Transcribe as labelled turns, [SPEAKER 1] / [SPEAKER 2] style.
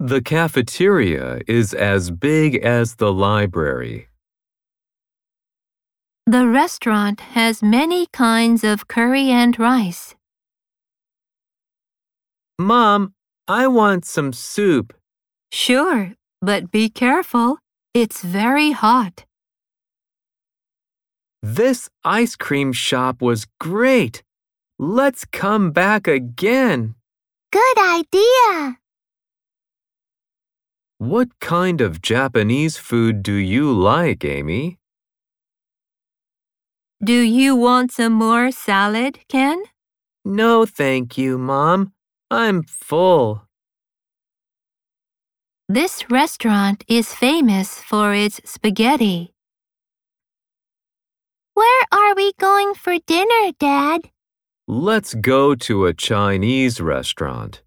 [SPEAKER 1] The cafeteria is as big as the library.
[SPEAKER 2] The restaurant has many kinds of curry and rice.
[SPEAKER 1] Mom, I want some soup.
[SPEAKER 2] Sure, but be careful. It's very hot.
[SPEAKER 1] This ice cream shop was great. Let's come back again.
[SPEAKER 3] Good idea.
[SPEAKER 1] What kind of Japanese food do you like, Amy?
[SPEAKER 2] Do you want some more salad, Ken?
[SPEAKER 1] No, thank you, Mom. I'm full.
[SPEAKER 2] This restaurant is famous for its spaghetti.
[SPEAKER 3] Where are we going for dinner, Dad?
[SPEAKER 1] Let's go to a Chinese restaurant.